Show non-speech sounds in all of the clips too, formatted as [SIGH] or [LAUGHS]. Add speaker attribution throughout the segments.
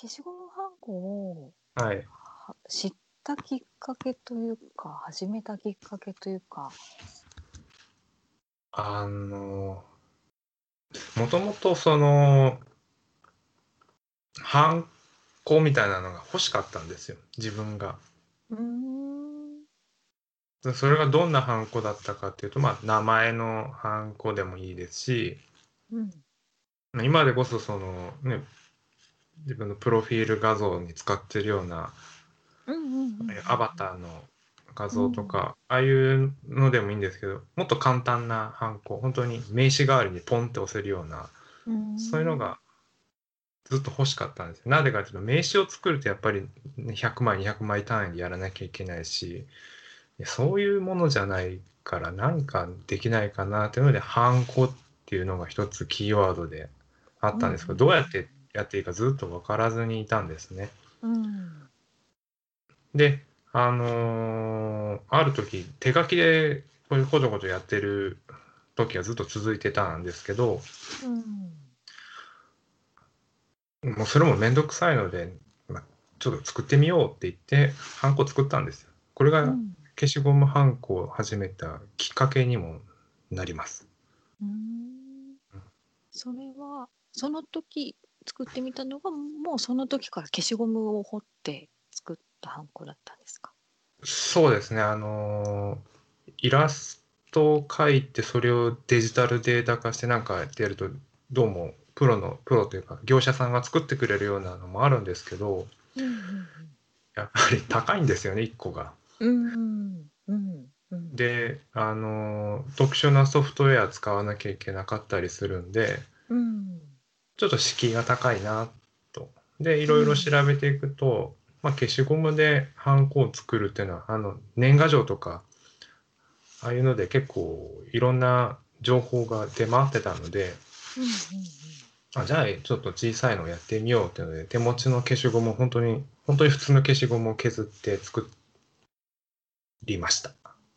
Speaker 1: 消しゴムはんこを
Speaker 2: はい。
Speaker 1: は知ったきっかけというか始めたきっかけというか
Speaker 2: あの、もともとその、ハンコみたいなのが欲しかったんですよ、自分が。
Speaker 1: うーん
Speaker 2: でそれがどんなハンコだったかっていうと、まあ、名前のハンコでもいいですし、
Speaker 1: うん
Speaker 2: 今でこそその、ね、自分のプロフィール画像に使ってるような
Speaker 1: うんうんうん
Speaker 2: アバターの画像とか、ああいうのでもいいんですけどもっと簡単なハンコ本当に名刺代わりにポンって押せるような
Speaker 1: うん
Speaker 2: そういうのがずっと欲しかったんですよなぜかというと名刺を作るとやっぱりね100枚200枚単位でやらなきゃいけないしいやそういうものじゃないから何かできないかなっていうのでハンコっていうのが一つキーワードであったんですけど、
Speaker 1: うん
Speaker 2: どうやってやっていいかずっと分からずにいたんですね。
Speaker 1: うん
Speaker 2: で、あのーある時手書きでこういうことことやってる時はずっと続いてたんですけど
Speaker 1: うん
Speaker 2: もうそれも面倒くさいので、まあ、ちょっと作ってみようって言ってハンコ作ったんですよ。これ
Speaker 1: う
Speaker 2: が
Speaker 1: ん
Speaker 2: 消しゴムハンコを始めたきっかけにもなります。
Speaker 1: うーんそれはその時作ってみたのがもうその時から消しゴムを彫って作ったハンコだったんですか。
Speaker 2: そうですね、あのーイラストを描いてそれをデジタルデータ化してなんかやってやるとどうもプロのプロというか業者さんが作ってくれるようなのもあるんですけど
Speaker 1: うん
Speaker 2: やっぱり高いんですよね1個が。
Speaker 1: うんうんうんうん
Speaker 2: で、あのー特殊なソフトウェア使わなきゃいけなかったりするんで
Speaker 1: うん
Speaker 2: ちょっと敷居が高いなと。でいろいろ調べていくと、まあ、消しゴムでハンコを作るっていうのはあの年賀状とかああいうので結構いろんな情報が出回ってたのであじゃあちょっと小さいのをやってみようっていうので手持ちの消しゴムを本当に本当に普通の消しゴムを削って作りました。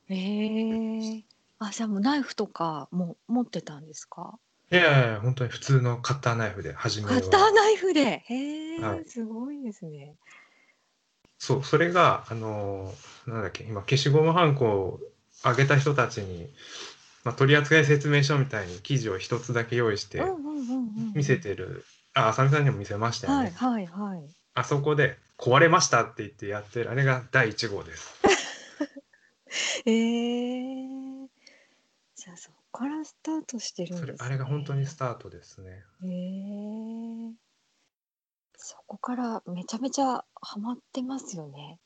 Speaker 1: うんへえあじゃあもうナイフとかも持ってたんですか。
Speaker 2: いやいやいや本当に普通のカッターナイフで始め
Speaker 1: カ
Speaker 2: は
Speaker 1: ッターナイフでへえ、
Speaker 2: はい
Speaker 1: すごいですね。
Speaker 2: そうそれがあのーなんだっけ今消しゴムはんこをあげた人たちに、まあ、取扱説明書みたいに記事を一つだけ用意して
Speaker 1: うんうんうんうん
Speaker 2: 見せてる、あ浅見さんにも見せましたよね、
Speaker 1: はいはいはい。
Speaker 2: あそこで「壊れました」って言ってやってるあれが第1号です
Speaker 1: ええじゃあそこからスタートしてるん
Speaker 2: そ
Speaker 1: です、ね、
Speaker 2: れあれが本当にスタートですね
Speaker 1: ええそこからめちゃめちゃハマってますよね。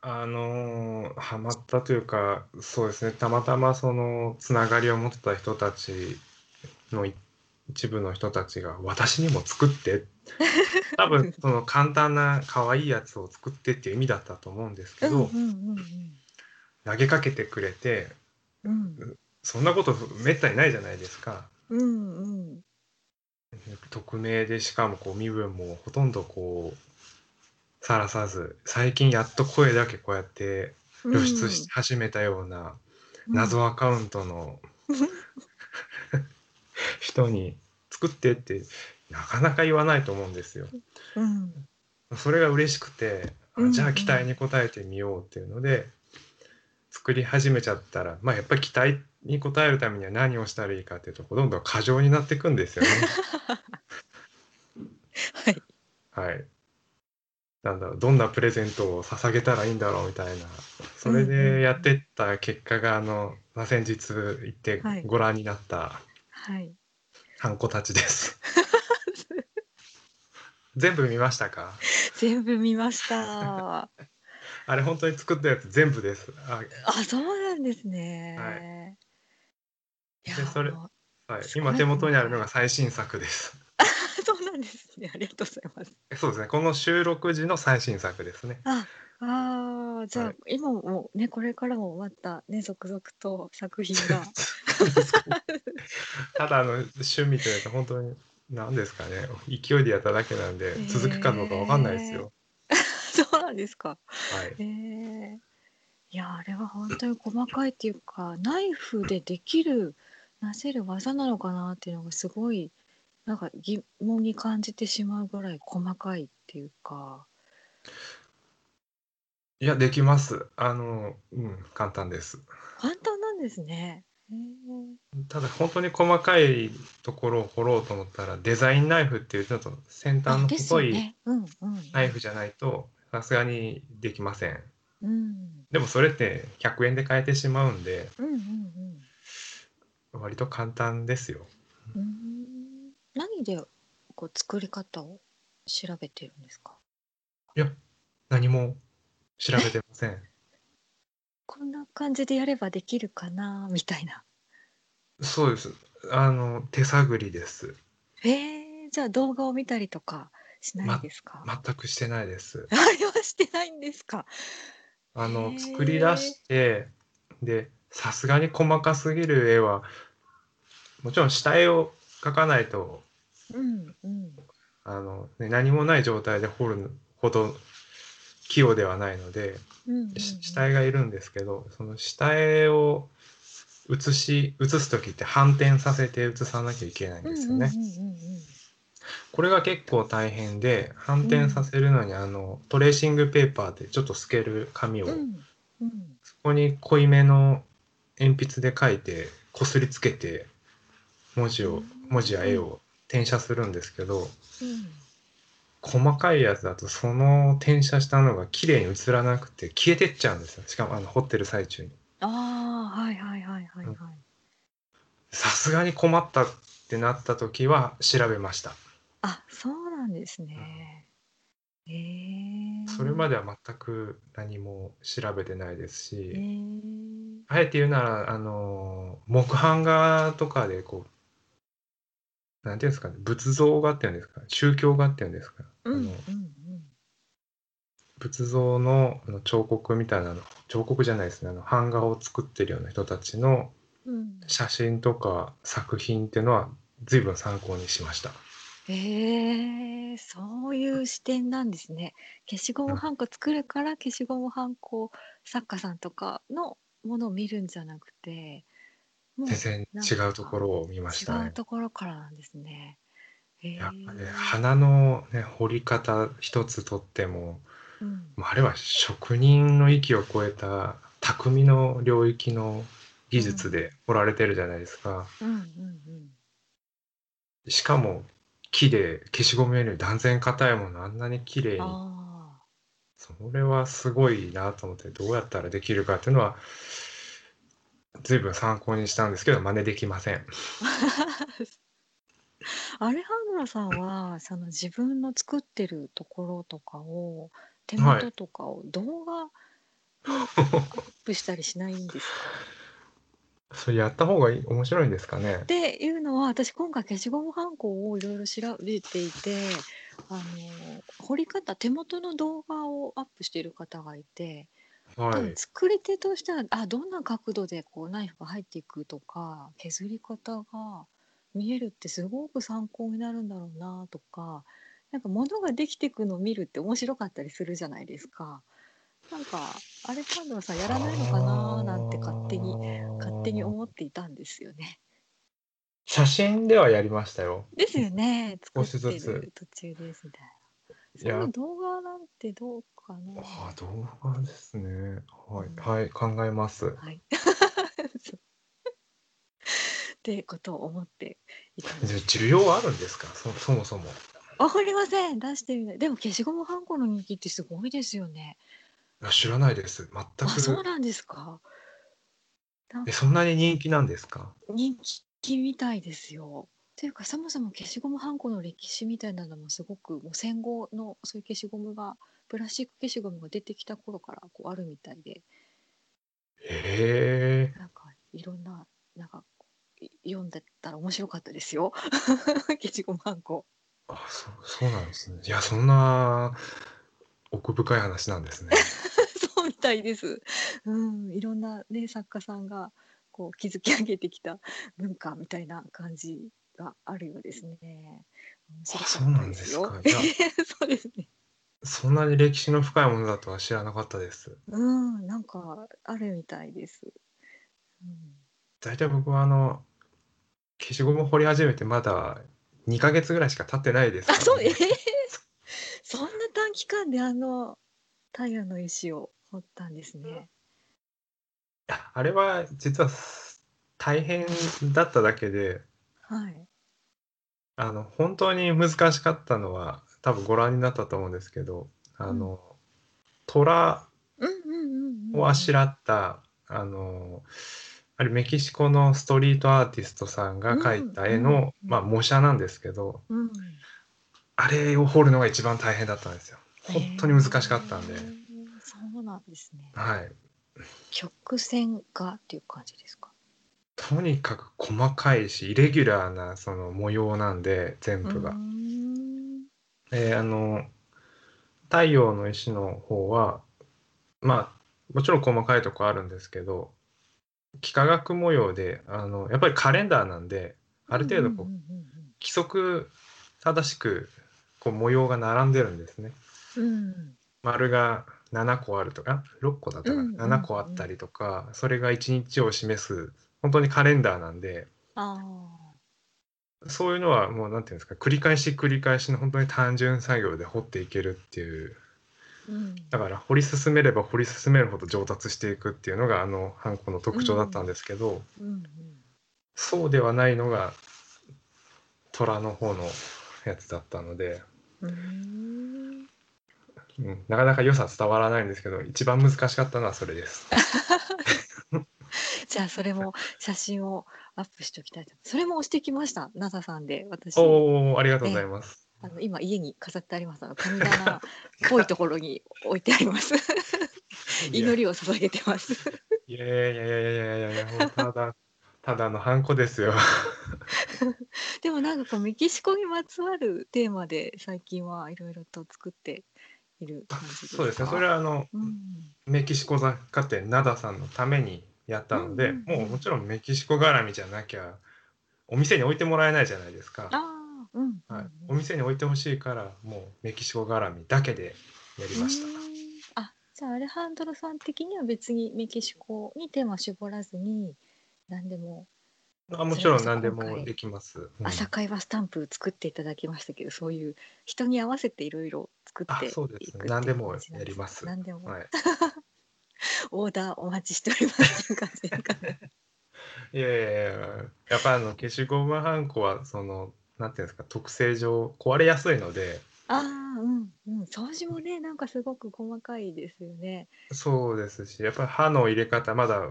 Speaker 2: あのーハマったというかそうですねたまたまそのつながりを持ってた人たちのい一部の人たちが「私にも作って」多分その簡単な可愛いやつを作ってっていう意味だったと思うんですけど、
Speaker 1: うん
Speaker 2: 投げかけてくれて
Speaker 1: うんうん
Speaker 2: そんなことめったにないじゃないですか。
Speaker 1: うんうんうん
Speaker 2: 匿名でしかもこう身分もほとんどこうさらさず最近やっと声だけこうやって
Speaker 1: うん
Speaker 2: 露出し始めたような。謎アカウントの人に作ってってなかなか言わないと思うんですよ。
Speaker 1: うん
Speaker 2: それが嬉しくてあ
Speaker 1: うん
Speaker 2: じゃあ期待に応えてみようっていうので作り始めちゃったらまあやっぱり期待に応えるためには何をしたらいいかっていうとこどんどん過剰になっていくんですよね。
Speaker 1: [LAUGHS] はい。
Speaker 2: はい、なんだろうどんなプレゼントを捧げたらいいんだろうみたいなそれでやってった結果があの、まあ、先日行って
Speaker 1: はい
Speaker 2: ご覧になった
Speaker 1: はい。
Speaker 2: ハンコた
Speaker 1: [LAUGHS]
Speaker 2: ちです。全部見ましたか
Speaker 1: 全部見ました。あ、
Speaker 2: あれ本当に作ったやつ全部です。あ
Speaker 1: そうなんですね。い、
Speaker 2: でそれ
Speaker 1: もう
Speaker 2: はい
Speaker 1: す、ごい
Speaker 2: 今手元にあるのが最新作です。
Speaker 1: [LAUGHS] そうなんですね。ありがとうございます。
Speaker 2: そうですね。この収録時の最新作ですね。
Speaker 1: あ、あーじゃあ、
Speaker 2: はい
Speaker 1: 今もねこれからもまたね続々と作品 [LAUGHS] が
Speaker 2: ただあの趣味というか本当に何ですかね。勢いでやっただけなんで
Speaker 1: ー
Speaker 2: 続くかどうかわかんないですよ。
Speaker 1: そうなんですか。
Speaker 2: はい。
Speaker 1: えーいやあれは本当に細かいっていうかナイフでできるなせる技なのかなっていうのがすごいなんか疑問に感じてしまうぐらい細かいっていうか
Speaker 2: いや、できます。あの、うん、簡単です。
Speaker 1: 簡単なんですね。へえ
Speaker 2: ただ、本当に細かいところを掘ろうと思ったら、デザインナイフっていうちょっと先端
Speaker 1: あ
Speaker 2: の
Speaker 1: ですよ
Speaker 2: 細い
Speaker 1: ね。うんうん。
Speaker 2: ナイフじゃないと、さすがにできません。
Speaker 1: うん
Speaker 2: でも、それって100円で買えてしまうんで、
Speaker 1: うんうんうん。
Speaker 2: 割と簡単ですよ。
Speaker 1: うーん何でこう作り方を調べてるんですか
Speaker 2: 何も調べてません。
Speaker 1: こんな感じでやればできるかなみたいな
Speaker 2: [LAUGHS] そうです。あの、手探りです。
Speaker 1: えー、じゃあ動画を見たりとかしないですか、
Speaker 2: 全くしてないです。
Speaker 1: あれはしてないんですか
Speaker 2: あ
Speaker 1: へ
Speaker 2: の
Speaker 1: ー
Speaker 2: 作り出してでさすがに細かすぎる絵はもちろん下絵を描かないと
Speaker 1: うんうん
Speaker 2: あの、ね、何もない状態で彫るほど器用ではないので
Speaker 1: うんうんうん
Speaker 2: し下絵がいるんですけどその下絵を写し写す時って反転させて写さなきゃいけないん
Speaker 1: うん
Speaker 2: で
Speaker 1: うん
Speaker 2: す
Speaker 1: う
Speaker 2: よ
Speaker 1: んうん
Speaker 2: ね。これが結構大変で反転させるのにあのトレーシングペーパーでちょっと透ける紙を
Speaker 1: うんうんうん
Speaker 2: そこに濃いめの鉛筆で書いてこすりつけて文字を文字や絵を転写するんですけ
Speaker 1: う
Speaker 2: ど
Speaker 1: ん
Speaker 2: 細かいやつだとその転写したのが綺麗に写らなくて消えてっちゃうんですよしかもあの彫ってる最中に
Speaker 1: ああはいはいはいはいはい、
Speaker 2: さすがに困ったってなった時は調べました
Speaker 1: あそうなんですねえー、
Speaker 2: それま
Speaker 1: で
Speaker 2: では全く何も調べてないです
Speaker 1: え
Speaker 2: し
Speaker 1: ー、
Speaker 2: あえて言うならあの木版画とかでこうなんていうんですかね仏像画っていうんですか宗教画っていうんですか、
Speaker 1: うんう
Speaker 2: あ
Speaker 1: ん
Speaker 2: の
Speaker 1: うん
Speaker 2: 仏像のあの彫刻みたいなの彫刻じゃないですねあの版画を作ってるような人たちの
Speaker 1: うん
Speaker 2: 写真とか作品っていうのは随分参考にしました
Speaker 1: えー、そういう視点なんですね。消しゴムハンコ作るから消しゴムハンコ作家さんとかのものを見るんじゃなくて、もう
Speaker 2: 全然違うところを見ました
Speaker 1: 違う
Speaker 2: ね
Speaker 1: ところからなんですね。えー、
Speaker 2: やっぱね花の、ね、彫り方一つとっても
Speaker 1: うん
Speaker 2: まああれは職人の域を超えた匠の領域の技術で彫られてるじゃないですか、
Speaker 1: うんうん
Speaker 2: しかも木で消しゴムより断然硬いものあんなに綺麗
Speaker 1: うん。
Speaker 2: に
Speaker 1: あ
Speaker 2: それはすごいなと思ってどうやったらできるかっていうのは随分参考にしたんですけど真似できません
Speaker 1: あ。アレハンドロさんはその自分の作ってるところとかを手元とかを動画にアップしたりしないんですか
Speaker 2: それやった方がいい面白いんですかね
Speaker 1: っていうのは私今回消しゴムはんこをいろいろ調べていてあの彫り方手元の動画をアップしている方がいて、
Speaker 2: は
Speaker 1: 多
Speaker 2: い
Speaker 1: 分作り手としてはあどんな角度でこうナイフが入っていくとか削り方が見えるってすごく参考になるんだろうなとかなんか物ができていくのを見るって面白かったりするじゃないですか。なんかあれ今度はさやらないのかななんて勝手に勝手に思っていたんですよね。
Speaker 2: 写真ではやりましたよ
Speaker 1: ですよね。
Speaker 2: 少
Speaker 1: 作
Speaker 2: し
Speaker 1: って
Speaker 2: ずつ
Speaker 1: る途中ですみたい
Speaker 2: いや
Speaker 1: な。その動画なんてどうかな。
Speaker 2: あー動画ですねはい、
Speaker 1: うん
Speaker 2: はい考えます
Speaker 1: はい。ってことを思っていたんです
Speaker 2: [LAUGHS] じゃあ需要はあるんですかそそもそも
Speaker 1: わかりません。出してみない。でも消しゴムはんこの人気ってすごいですよね。
Speaker 2: いや知らないです全
Speaker 1: あ、そう
Speaker 2: く
Speaker 1: なんですか。なん
Speaker 2: え
Speaker 1: か
Speaker 2: そんなに人気なんですか
Speaker 1: 人気みたいですよ。というかそもそも消しゴムはんこの歴史みたいなのもすごくもう戦後のそういう消しゴムがプラスチック消しゴムが出てきた頃からこうあるみたいで
Speaker 2: へえ
Speaker 1: なんかいろんななんかい読んでたら面白かったですよ。 [LAUGHS] 消しゴムはんこ。
Speaker 2: あそうそうなんですねいやそんな奥深い話なんですね
Speaker 1: [LAUGHS] そうみたいです。うん、いろんなね作家さんがこう築き上げてきた [LAUGHS] 文化みたいな感じがあるようですね。面白かったですよ
Speaker 2: [LAUGHS] あそうなんです
Speaker 1: [LAUGHS]
Speaker 2: か
Speaker 1: そうですね。
Speaker 2: そんなに歴史の深いものだとは知らなかったです。
Speaker 1: うん、なんかあるみたいです。うん、
Speaker 2: 大体僕はあの消しゴムを掘り始めてまだ2ヶ月ぐらいしか経ってないです
Speaker 1: あ
Speaker 2: からね
Speaker 1: そうえー、そんな短期間であの太陽の石を掘ったんですね。
Speaker 2: あれは実は大変だっただけで
Speaker 1: はい。
Speaker 2: あの本当に難しかったのは多分ご覧になったと思うんですけどあの、虎
Speaker 1: うんうんうん、うん。
Speaker 2: をあしらった、あのあれメキシコのストリートアーティストさんが描いた絵の、
Speaker 1: うんうん
Speaker 2: まあ、模写なんですけど
Speaker 1: うん。
Speaker 2: あれを彫るのが一番大変だったんですよ。本当に難しかったんで
Speaker 1: へ、ーそうなんですね。
Speaker 2: はい、
Speaker 1: 曲線画っていう感じですか。
Speaker 2: とにかく細かいしイレギュラーなその模様なんで全部が
Speaker 1: うー。ん
Speaker 2: えーあの太陽の石の方はまあもちろん細かいとこあるんですけど幾何学模様であのやっぱりカレンダーなんである程度こう
Speaker 1: うん
Speaker 2: 規則正しくこう模様が並んでるんですね。
Speaker 1: うんうんうん
Speaker 2: 丸が7個あるとかあ6個だったか
Speaker 1: うんうんう
Speaker 2: なん7個あったりとかそれが1日を示す本当にカレンダーなんで
Speaker 1: あ
Speaker 2: そういうのはもう何ていうんですか繰り返し繰り返しの本当に単純作業で掘っていけるっていう
Speaker 1: ーうん
Speaker 2: だから掘り進めれば掘り進めるほど上達していくっていうのがあのハンコの特徴だったんですけど、
Speaker 1: うんうん
Speaker 2: そうではないのが虎の方のやつだったので、
Speaker 1: うーん
Speaker 2: うん、なかなか良さ伝わらないんですけど一番難しかったのはそれです。
Speaker 1: じゃあそれも写真をアップしておきたいとそれも押してきましたナサさんで私
Speaker 2: おおありがとうございます。
Speaker 1: あの今家に飾ってありますあの神棚っぽいところに置いてあります [LAUGHS] 祈りを捧げてます
Speaker 2: いやいやいやいやいやいやいやもうただただのハンコで
Speaker 1: [LAUGHS]
Speaker 2: すよ。
Speaker 1: でもなんかこうメキシコにまつわるテーマで最近はいろいろと作っている感じですか
Speaker 2: そうですねそれはあの、
Speaker 1: うん
Speaker 2: メキシコ雑貨店ナダさんのためにやったので、
Speaker 1: うんうんうん
Speaker 2: もうもちろんメキシコ絡みじゃなきゃお店に置いてもらえないじゃないですか。
Speaker 1: ああうん
Speaker 2: はい
Speaker 1: うん、
Speaker 2: お店に置いてほしいからもうメキシコ絡みだけでやりました、
Speaker 1: うーんあじゃあアレハンドロさん的には別にメキシコにテーマ絞らずに何でも、
Speaker 2: あもちろん何でもできます、うん
Speaker 1: 朝会はスタンプ作っていただきましたけどそういう人に合わせていろいろ作ってい
Speaker 2: あ
Speaker 1: く
Speaker 2: そう
Speaker 1: っ
Speaker 2: で
Speaker 1: てい
Speaker 2: す
Speaker 1: う
Speaker 2: ね
Speaker 1: 感
Speaker 2: 何
Speaker 1: じな
Speaker 2: で
Speaker 1: ん
Speaker 2: も
Speaker 1: ですね
Speaker 2: やります
Speaker 1: 何でも、
Speaker 2: はい、
Speaker 1: オーダーお待ちしておりますっていう感じですかね
Speaker 2: いやいやいややっぱあの消しゴムはんこはそのなんていうんですか特性上壊れやすいので
Speaker 1: ああうんうん掃除もねなんかすごく細かいですよね
Speaker 2: そうですしやっぱり歯の入れ方まだ、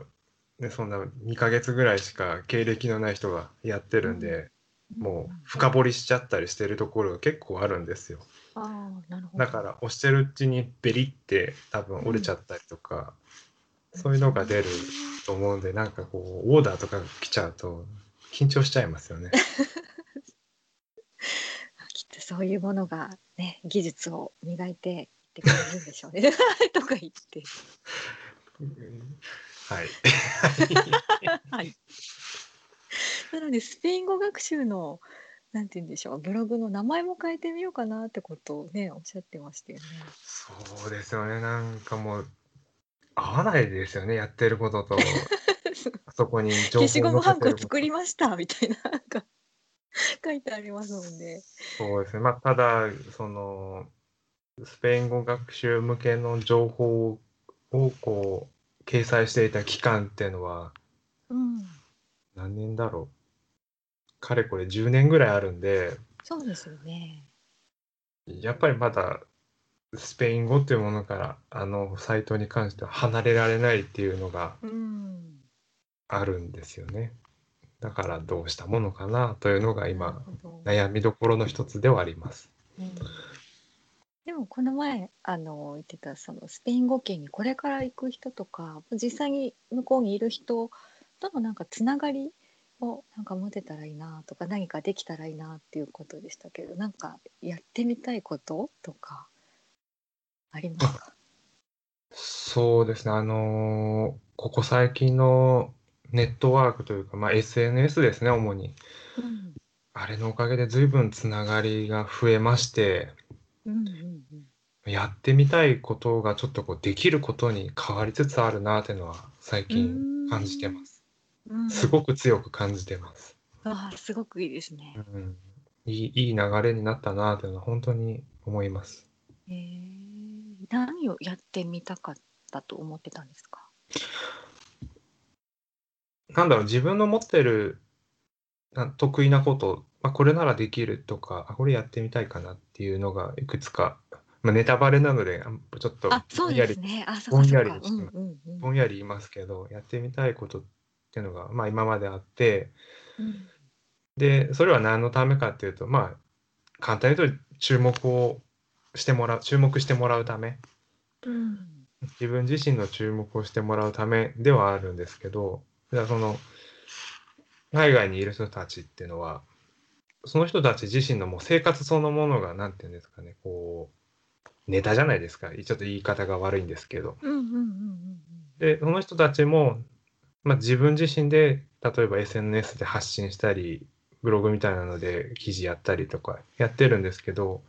Speaker 2: ね、そんな2ヶ月ぐらいしか経歴のない人がやってるんで、もう深掘りしちゃったりしてるところが結構あるんですよ
Speaker 1: ああなるほど
Speaker 2: だから押してるうちにベリって多分折れちゃったりとか、そういうのが出ると思うんでなんかこうオーダーとか来ちゃうと緊張しちゃいますよね。
Speaker 1: きっとそういうものがね技術を磨いていってくれるんでしょう
Speaker 2: [LAUGHS]
Speaker 1: ねとか言って
Speaker 2: はい、
Speaker 1: はいなのでスペイン語学習のなんて言うんでしょうブログの名前も変えてみようかなってことをねおっしゃってましたよね。
Speaker 2: そうですよねなんかもう合わないですよねやってることとそこに情報
Speaker 1: 消しゴム
Speaker 2: を
Speaker 1: ハ
Speaker 2: 載
Speaker 1: ン
Speaker 2: せて
Speaker 1: コ
Speaker 2: ること
Speaker 1: 作りましたみたいななんか [LAUGHS] 書いてありますもんね。
Speaker 2: そうですね、まあ、ただそのスペイン語学習向けの情報をこう掲載していた期間っていうのは
Speaker 1: うん、
Speaker 2: 何年だろうかれこれ10年ぐらいあるんで
Speaker 1: そうですよね。
Speaker 2: やっぱりまだスペイン語っていうものからあのサイトに関しては離れられないっていうのが
Speaker 1: うん、
Speaker 2: あるんですよねだからどうしたものかなというのが
Speaker 1: な
Speaker 2: 今
Speaker 1: るほど
Speaker 2: 悩みどころの一つではあります
Speaker 1: うんでもこの前あの言ってたそのスペイン語圏にこれから行く人とか実際に向こうにいる人とのなんかつながりをなんか持てたらいいなとか何かできたらいいなっていうことでしたけどなんかやってみたいこととかありますか
Speaker 2: そうですねあのーここ最近のネットワークというか、まあ、SNS ですね主に
Speaker 1: うん
Speaker 2: あれのおかげで随分つながりが増えまして
Speaker 1: うんうん
Speaker 2: やってみたいことがちょっとこうできることに変わりつつあるなっていうのは最近感じてま
Speaker 1: うんう
Speaker 2: す。
Speaker 1: ん
Speaker 2: すごく強く感じてます。
Speaker 1: あーすごくいいですね
Speaker 2: う。ん、いいいい流れになったなというのは本当に思います。
Speaker 1: えー何をやってみたかったと思ってたんですか。
Speaker 2: なんだろう自分の持ってるな得意なこと、まあ、これならできるとかあこれやってみたいかなっていうのがいくつか、まあ、ネタバレなのであんちょっと
Speaker 1: あ、そう
Speaker 2: ぼんや
Speaker 1: です
Speaker 2: り
Speaker 1: ね。あ、そ
Speaker 2: ぼ
Speaker 1: うんかそ
Speaker 2: や
Speaker 1: う
Speaker 2: り
Speaker 1: か。
Speaker 2: で
Speaker 1: う
Speaker 2: す
Speaker 1: ん
Speaker 2: ね
Speaker 1: うんうん。
Speaker 2: ぼんやり言いますけどやってみたいことっていうのが、まあ、今まであって
Speaker 1: うん
Speaker 2: でそれは何のためかっていうとまあ簡単に言うと注目をしてもらう注目してもらうため
Speaker 1: うん
Speaker 2: 自分自身の注目をしてもらうためではあるんですけどだからその海外にいる人たちっていうのはその人たち自身のもう生活そのものが何て言うんですかねこうネタじゃないですかちょっと言い方が悪いんですけど
Speaker 1: うんうんうんうん
Speaker 2: でその人たちも、まあ、自分自身で例えば SNS で発信したりブログみたいなので記事やったりとかやってるんですけど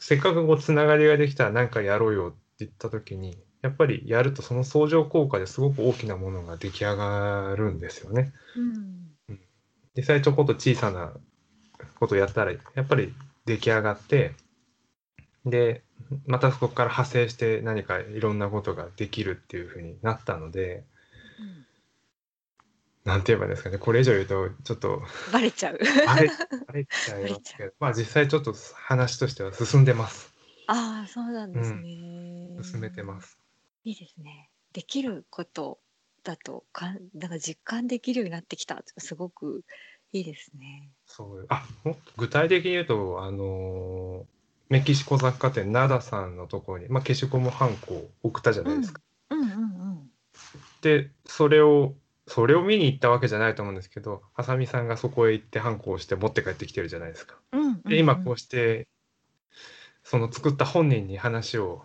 Speaker 2: せっかくこうつながりができたら何かやろうよって言った時にやっぱりやるとその相乗効果ですごく大きなものが出来上がるんですよね。
Speaker 1: うんうん。
Speaker 2: 実際ちょこっと小さなことやったらやっぱり出来上がってでまたそこから派生して何かいろんなことができるっていうふうになったので
Speaker 1: うん
Speaker 2: なんて言えばいいんですかねこれ以上言うとちょっ [LAUGHS] と
Speaker 1: バレちゃう。
Speaker 2: あれあれちゃいますけどまあ実際ちょっと話としては進んでます
Speaker 1: [LAUGHS] ああ、そうなんですね。。
Speaker 2: 進めてますす
Speaker 1: いいですね。できることだとかん、なんか実感できるようになってきた。すごくいいですね。
Speaker 2: そうあもっと具体的に言うとあのーメキシコ雑貨店ナダさんのところに、まあ、消しゴムハンコを送ったじゃないですか。
Speaker 1: うんうんうん
Speaker 2: でそれをそれを見に行ったわけじゃないと思うんですけどあさみさんがそこへ行ってハンコを押して持って帰ってきてるじゃないですか。
Speaker 1: うん。うん
Speaker 2: で今こうしてその作った本人に話を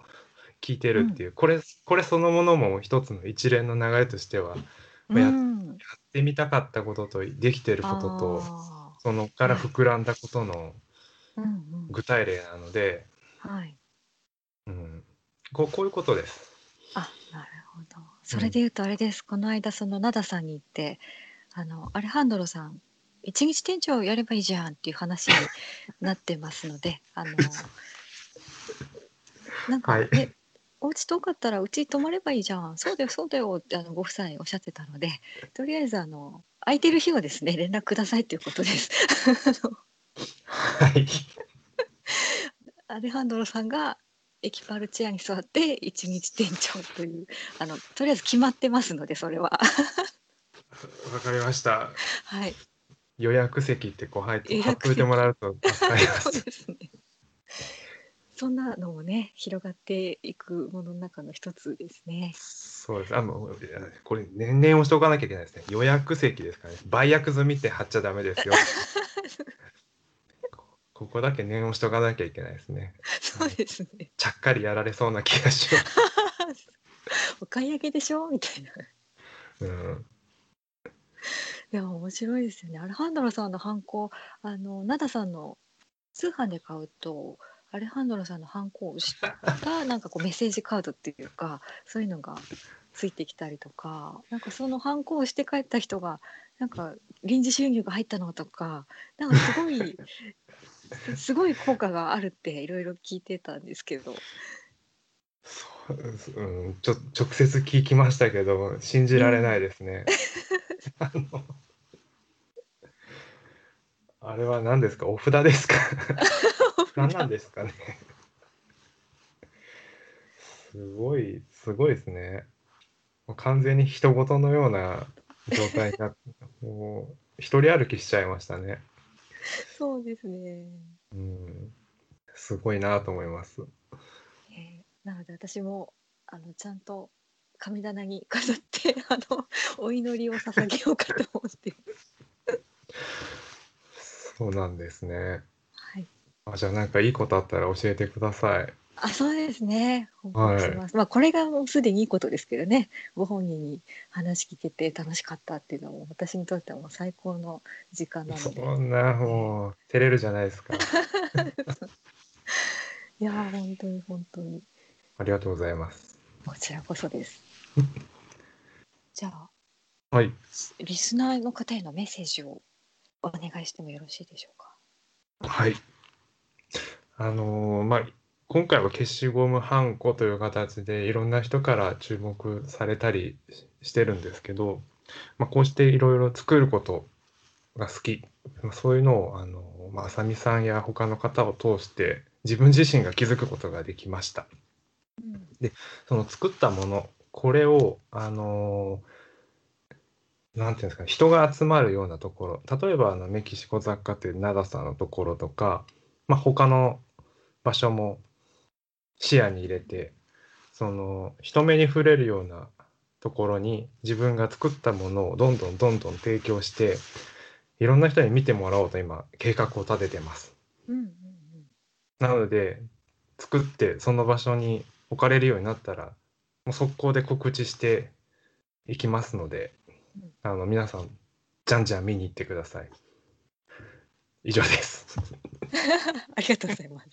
Speaker 2: 聞いてるっていう、これこれそのものも一つの一連の流れとしてはやっ
Speaker 1: うん
Speaker 2: やっ
Speaker 1: うん
Speaker 2: てみたかったこととできてることと
Speaker 1: あ
Speaker 2: そのから膨らんだことの
Speaker 1: ーうんうん
Speaker 2: 具体例なので、
Speaker 1: はい。
Speaker 2: うん、こうこういうことです。
Speaker 1: あ、なるほど。それで言うとあれです。この間そのナダさんに行って、あのアレハンドロさん一日店長やればいいじゃんっていう話になってますので、
Speaker 2: [LAUGHS]
Speaker 1: あのなんか、
Speaker 2: は
Speaker 1: ね
Speaker 2: い
Speaker 1: お家遠かったらうち泊まればいいじゃん。そうだよそうだよってあのご夫妻おっしゃってたので、とりあえずあの空いてる日をですね連絡くださいということです。 [LAUGHS]
Speaker 2: はい
Speaker 1: アレハンドロさんがエキパルチェアに座って一日店長というあのとりあえず決まってますのでそれは [LAUGHS]
Speaker 2: わかりました。
Speaker 1: はい
Speaker 2: 予約席ってこう入って
Speaker 1: 予
Speaker 2: 貼っ
Speaker 1: 約席
Speaker 2: といてもらうと助かります
Speaker 1: そう。ですねそんなのもね広がっていくものの中の一つですね
Speaker 2: そうです。あの、いやこれ、年々押しておかなきゃいけないですね。予約席ですからね。売約済みって貼っちゃダメですよ。こここだけ念押しておかなきゃいけないですね。
Speaker 1: そうですね
Speaker 2: ちゃっかりやられそうな気がしま
Speaker 1: お買い上げでしょみたいな
Speaker 2: す。うん。
Speaker 1: でも面白いですよねアレハンドロさんのハンコあのナダさんの通販で買うとアレハンドロさんのハンコを押したなんかこうメッセージカードっていうかそういうのがついてきたりとかなんかそのハンコを押して帰った人がなんか臨時収入が入ったのとかなんかすごいすごい効果があるっていろいろ聞いてたんですけど
Speaker 2: そうですうん、ちょ直接聞きましたけど信じられないですね。あのあれは何ですかお札ですか何なんですかねすごいすごいですね。もう完全に人事のような状態になってもう一人歩きしちゃいましたね。
Speaker 1: そうですね。
Speaker 2: うん、すごいなと思います。
Speaker 1: えーなので私もあのちゃんと神棚に飾って [LAUGHS] あのお祈りを捧げようかと思って、
Speaker 2: そうなんですね。
Speaker 1: はい、
Speaker 2: あじゃあなんかいいことあったら教えてください。
Speaker 1: あそうですね報告します、まあこれがもうすでにいいことですけどねご本人に話聞けて楽しかったっていうのも私にとってはもう最高の時間なの
Speaker 2: そ
Speaker 1: で
Speaker 2: んなもう照れるじゃないで
Speaker 1: [LAUGHS]
Speaker 2: すか。
Speaker 1: いやー本当に本当に
Speaker 2: ありがとうございます。
Speaker 1: こちらこそです [LAUGHS] じゃあ
Speaker 2: はい。
Speaker 1: リスナーの方へのメッセージをお願いしてもよろしいでしょうか
Speaker 2: はい。あのーまあ、今回は消しゴムはんこという形でいろんな人から注目されたりししてるんですけど、まあ、こうしていろいろ作ることが好き、まあそういうのを、あのーまあ、浅見さんや他の方を通して自分自身が気づくことができました。
Speaker 1: うん
Speaker 2: その作ったもの、これを、あのーなんていうんですか、人が集まるようなところ、例えばあのメキシコ雑貨店、ナダさんのところとか、まあ、他の場所も視野に入れて、その人目に触れるようなところに自分が作ったものをどんどんどんどん提供して、いろんな人に見てもらおうと今、計画を立ててます。
Speaker 1: うんうん
Speaker 2: なので作ってその場所に置かれるようになったらもう速攻で告知していきますので
Speaker 1: うん
Speaker 2: あの皆さんじゃんじゃん見に行ってください以上です
Speaker 1: [LAUGHS] ありがとうございます。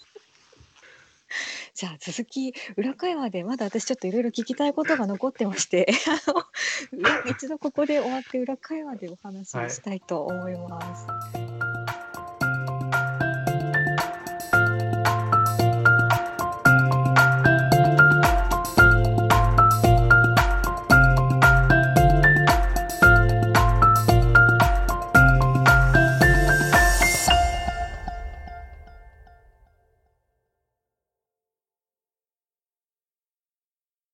Speaker 1: じゃあ続き裏会話でまだ私ちょっといろいろ聞きたいことが残ってまして [LAUGHS] あの裏一度ここで終わって裏会話でお話をしたいと思います。は